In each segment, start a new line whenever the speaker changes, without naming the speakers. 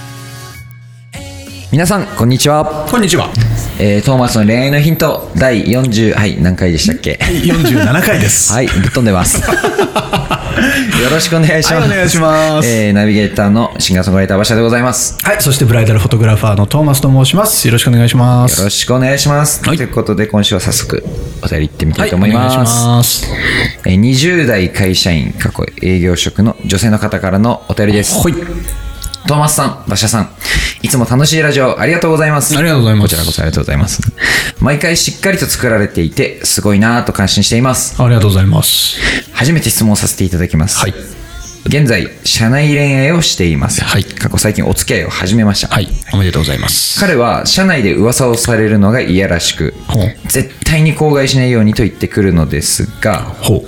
皆さんこんにちは、
こんにちは。
えー、トーマスの恋愛のヒント第40はい何回でしたっけ
四十七回です。
はいぶっ飛んで ますよろしくお願いします、
はいお願いします
えーナビゲーターのシンガーソングライター馬車でございます
はい、そしてブライダルフォトグラファーのトーマスと申します。よろしくお願いします。
よろしくお願いします、
はい
ということで今週は早速お便り行ってみた
はい
と思います,、
お願いします。
えー20代会社員過去営業職の女性の方からのお便りです
はい。
トーマスさん、馬車さん、いつも楽しいラジオありがとうございます。
ありがとうございます
こちらこそありがとうございます。毎回しっかりと作られていて、すごいなぁと感心しています。
ありがとうございます。
初めて質問させていただきます。
はい。
現在、社内恋愛をしています。
はい
過去最近お付き合いを始めました。
はい。おめでとうございます。
彼は社内で噂をされるのが嫌らしく
ほう、
絶対に口外しないようにと言ってくるのですが、
ほ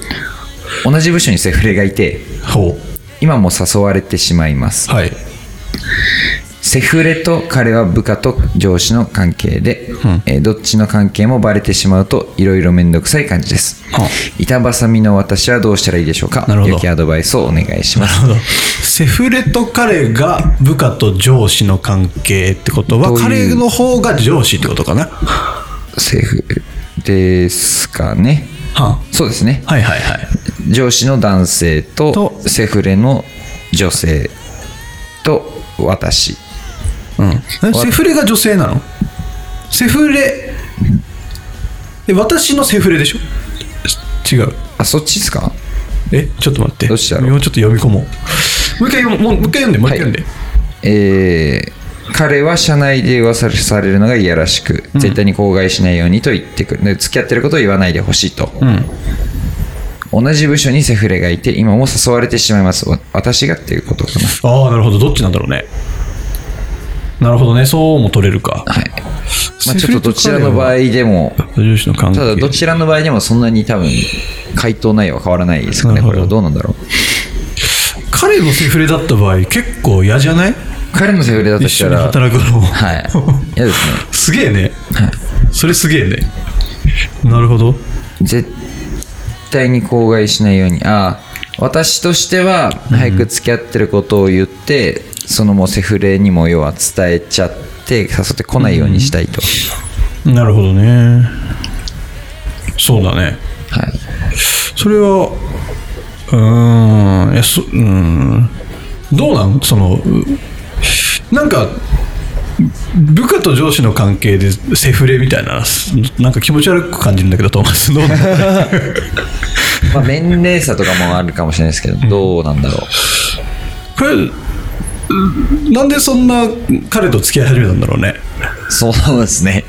う。
同じ部署にセフレがいて、
ほ
今も誘われてしまいます
う。。はい。
セフレと彼は部下と上司の関係で、えーどっちの関係もバレてしまうといろいろ面倒くさい感じです、
はあ
板挟みの私はどうしたらいいでしょうか
なるほど
良きアドバイスをお願いしま
な
す
るほど。 セフレと彼が部下と上司の関係ってことは、
どういう
彼の方が上司ってことかな。
セフレですかね
は
そうですね
あ、はいはいはい。
上司の男性と
と
セフレの女性と私
えセフレが女性なのセフレえ私のセフレでしょ違う
あそっちですか
えちょっと待って
どっちだろう
もうちょっと読み込もうもう一回読もうもう一回読んでもう一回読んで、
えー彼は社内で噂されるのが嫌らしく、絶対に口外しないようにと言ってくるで付き合ってることを言わないでほしいと、同じ部署にセフレがいて今も誘われてしまいますわ私がっていうことかな
ああなるほどどっちなんだろうねなるほどねそうも取れるか、
はい、まあ、
セ
ち
フ
ょ
レ
っとどちらの場合でも
彼は上司の関係
ただどちらの場合でもそんなに多分回答内容は変わらないですか
な
ね
る
こ
ほど
れはどうなんだろう
彼のセフレだった場合結構嫌じゃない
彼のセフレだと
一
した
緒に
ら
働くのも
はい嫌ですね
すげえね、
はい
それすげえねなるほど
絶対に口外しないようにああ私としては早く付き合ってることを言って、そのもうセフレにも要は伝えちゃって誘ってこないようにしたいと、
なるほどねそうだね
はい、
それはうーんいやそうーんどうなんそのうなんか部下と上司の関係でセフレみたいななんか気持ち悪く感じるんだけどトーマスどうなん
まあ、年齢差とかもあるかもしれないですけど、どうなんだろう
これうんなんでそんな彼と付き合い始めたんだろうね
そうですね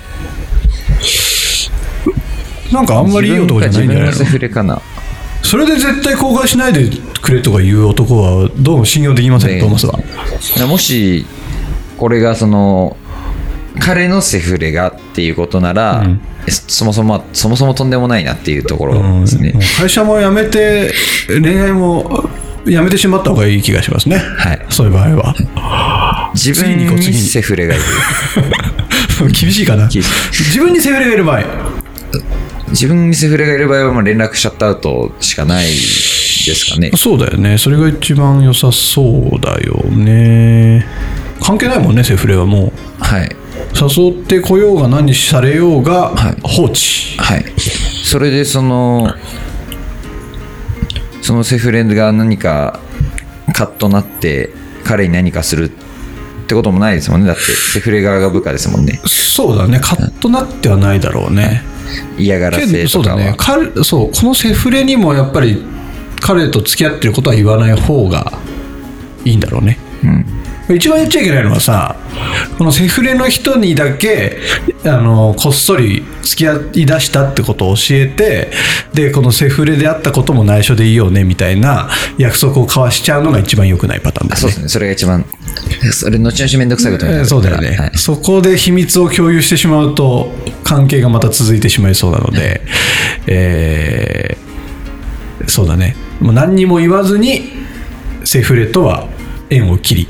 なんかあんまりいい男じゃないんじゃな
自分が自分
い
のセ
の
フレかな
それで絶対口外しないでくれとか言う男はどうも信用できません、
ね
トーマスは
もしこれがその彼のセフレがっていうことなら、
ん
そもそもそもそもとんでもないなっていうところですね、
うん会社も辞めて恋愛も辞めてしまった方がいい気がしますね、
はい
そういう場合は
自分
次にこう次
に
に
セフレがいる
厳しいかな
厳しい
自分にセフレがいる場合
自分にセフレがいる場合はもう連絡シャットアウトしかないですかね
そうだよねそれが一番良さそうだよね関係ないもんねセフレはもう
はい
誘ってこようが何されようが
はい
放置、
はいそれでそのそのセフレが何かカッとなって彼に何かするってこともないですもんねだってセフレ側が部下ですもんね
そうだねカッとなってはないだろうね、
嫌がら
け
せ
どそ
と
う
か
だ
は、
ね彼そうこのセフレにもやっぱり彼と付き合ってることは言わない方がいいんだろうね
うん、
一番言っちゃいけないのはさこのセフレの人にだけあのこっそり付き合いだしたってことを教えてでこのセフレであったことも内緒でいいよねみたいな約束を交わしちゃうのが一番良くないパターン
あ
だ
そうですねそれが一番それ後々面倒くさいことにな
え
る
ーそうだよ
から
ね、
はい
そこで秘密を共有してしまうと関係がまた続いてしまいそうなので、えーそうだねもう何にも言わずにセフレとは縁を切り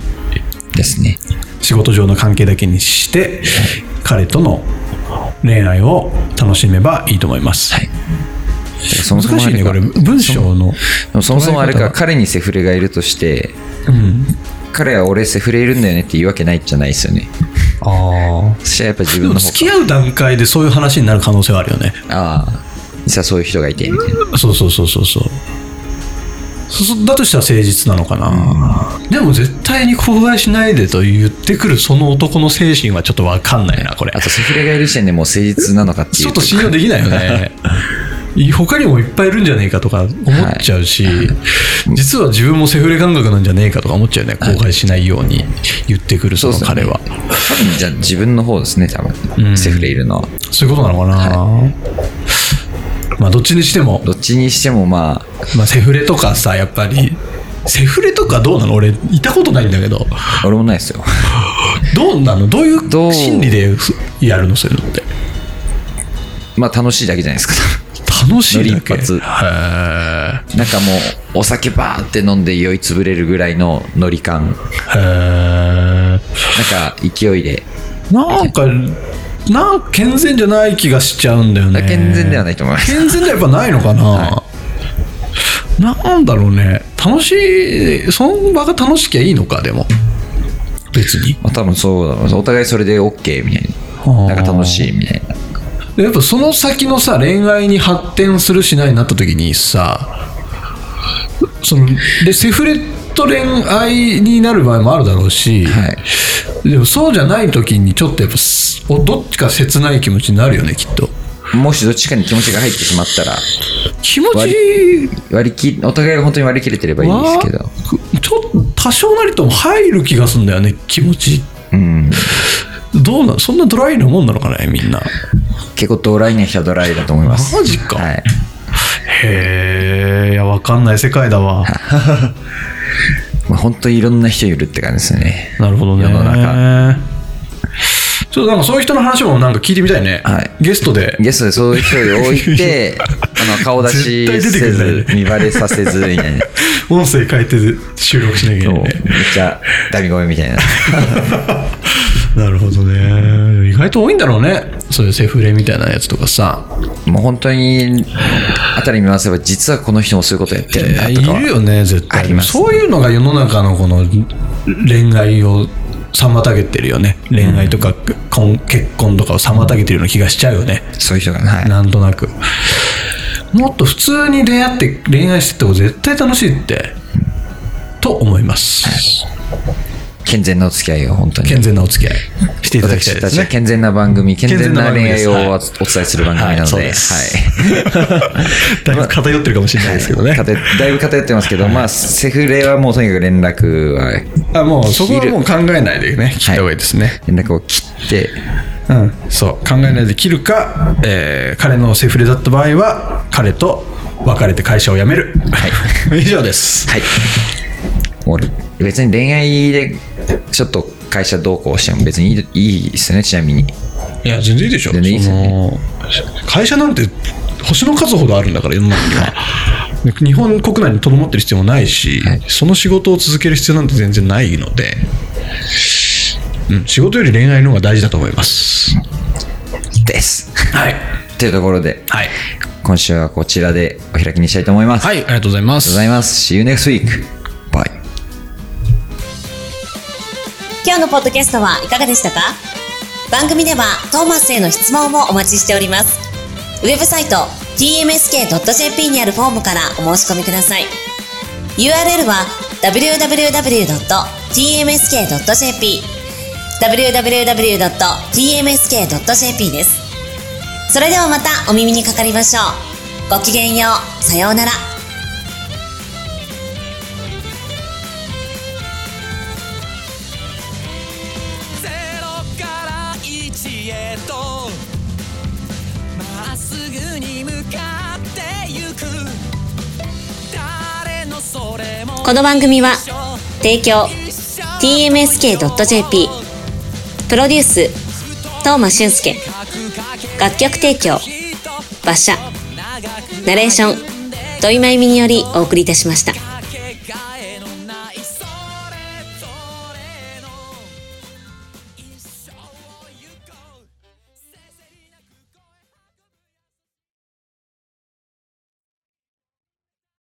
ですね。
仕事上の関係だけにして彼との恋愛を楽しめばいいと思います、
はいそもそも
難しいね
あ
こ
れ
れ
か
文章の
でもそもそもあれ
捉
か
え方が
彼にセフレがいるとして
うん
彼は俺セフレいるんだよねって言うわけないじゃないですよね
あ
そしたらやっぱ自
あ
分の方
付き合う段階でそういう話になる可能性はあるよね
ああ実はそういう人がいてみたいな
そうそうそうそうそうそそだとしたら誠実なのかな、でも絶対に口外しないでと言ってくるその男の精神はちょっとわかんないなこれ
あとセフレがいる時点でもう誠実なのかっていう
ちょっと信用できないよねい 他にもいっぱいいるんじゃねえかとか思っちゃうし、実は自分もセフレ感覚なんじゃねえかとか思っちゃうよね後悔しないように言ってくるそ
そう
の
ですよね
彼は
多分じゃあ自分の方ですね多分、
うん
セフレいるのは
そう,、いうことなのかな、まあどっちにしても
ど、っちにしてもまあ
まあ、セフレとかさやっぱりセフレとかどうなの俺いたことないんだけど
俺もないですよ
どうなのどうい
ど
う
う
心理でやるのそういうのって
まあ楽しいだけじゃないですか
楽しいだけ
乗り一発
へー
なんかもうお酒バーって飲んで酔いつぶれるぐらいのノリ感なん
へー
か勢いで
なんか、なんか健全じゃない気がしちゃうんだよね。
健全ではないと思います
健全ではやっぱないのかな、なんだろうね。楽しい、その場が楽しきゃいいのか、でも。別に。
まあ多分そうだろうなお互いそれで OK みたい
あ
な
ー
なんか楽しいみたいな
でやっぱその先のさ、恋愛に発展するしないになった時にさ、その、で、セフレと恋愛になる場合もあるだろうし、
はい
でもそうじゃない時にちょっとやっぱすおどっちか切ない気持ちになるよねきっと
もしどっちかに気持ちが入ってしまったら
気持ち
割り切お互いが本当に割り切れてればいいですけど
はちょっと多少なりとも入る気がするんだよね気持ち
うん
どうなんそんなドライなもんなのかねみんな
結構ドライな人はドライだと思います
マジか、
はい
へえいやわかんない世界だわ
まあ本当にいろんな人いるって感じですね
なるほどね
世の中
ちょっとなんかそういう人の話もなんか聞いてみたいね、
はい
ゲストで
ゲストでそういう人を置い てあの顔出しせ
絶対出てくる
ず見バレさせずみたいな
音声変えて収録しなきゃいけ
そ
な
う
い
めっ
ね
ちゃダミ声みたいな
なるほどね意外と多いんだろうねそういうセフレみたいなやつとかさ
もう本当に辺り見回せば実はこの人もそういうことやってるんだ
い
とかは
るよね絶対
あります
そういうのが世の中のこの恋愛を妨げてるよね恋愛とか婚結婚とかを妨げてるような気がしちゃうよね
そういう人がはい
なんとなくもっと普通に出会って恋愛してっても絶対楽しいってと思います
健全なお付き合いを本当に
健全なお付き合いしていただきた
私
いで
た
す
ちは
ね
健全な番組健全な恋愛を
はい
お伝えする番組なので,、
は
はいい
だいぶ偏ってるかもしれないですけど ね
偏だいぶ偏ってますけど、まあ、セフレはもうとにかく連絡は
あもうそこはもう考えないでね切った方がいいですね、
連絡を切って
うん、そう考えないで切るか、えー彼のセフレだった場合は彼と別れて会社を辞める、はい、 以上です
はいもう別に恋愛でちょっと会社どうこうしても別にいいいいですよねちなみに
いや全然いいでしょ
全然いいですよ
その会社なんて星の数ほどあるんだから世の中には、で日本国内にとどまってる必要もないし、その仕事を続ける必要なんて全然ないので、うん、仕事より恋愛の方が大事だと思います
です
はい
というところで
はい、
今週はこちらでお開きにしたいと思います、
は
あり
い、ありがとうござい
が
ま
とう
す
ございます See you next week bye
今日のポッドキャストはいかがでしたか番組ではトーマスへの質問もお待ちしております。ウェブサイト tmsk.jp にあるフォームからお申し込みください。URL は www.tmsk.jp www.tmsk.jp です。それではまたお耳にかかりましょう。ごきげんよう。さようなら。
ゼロから一へとまっすぐに向かってゆく誰のそれも
この番組は
一緒
提供 TMSK.jp プロデュース東間俊介楽曲提供馬車ナレーション土井真由美によりお送りいたしました。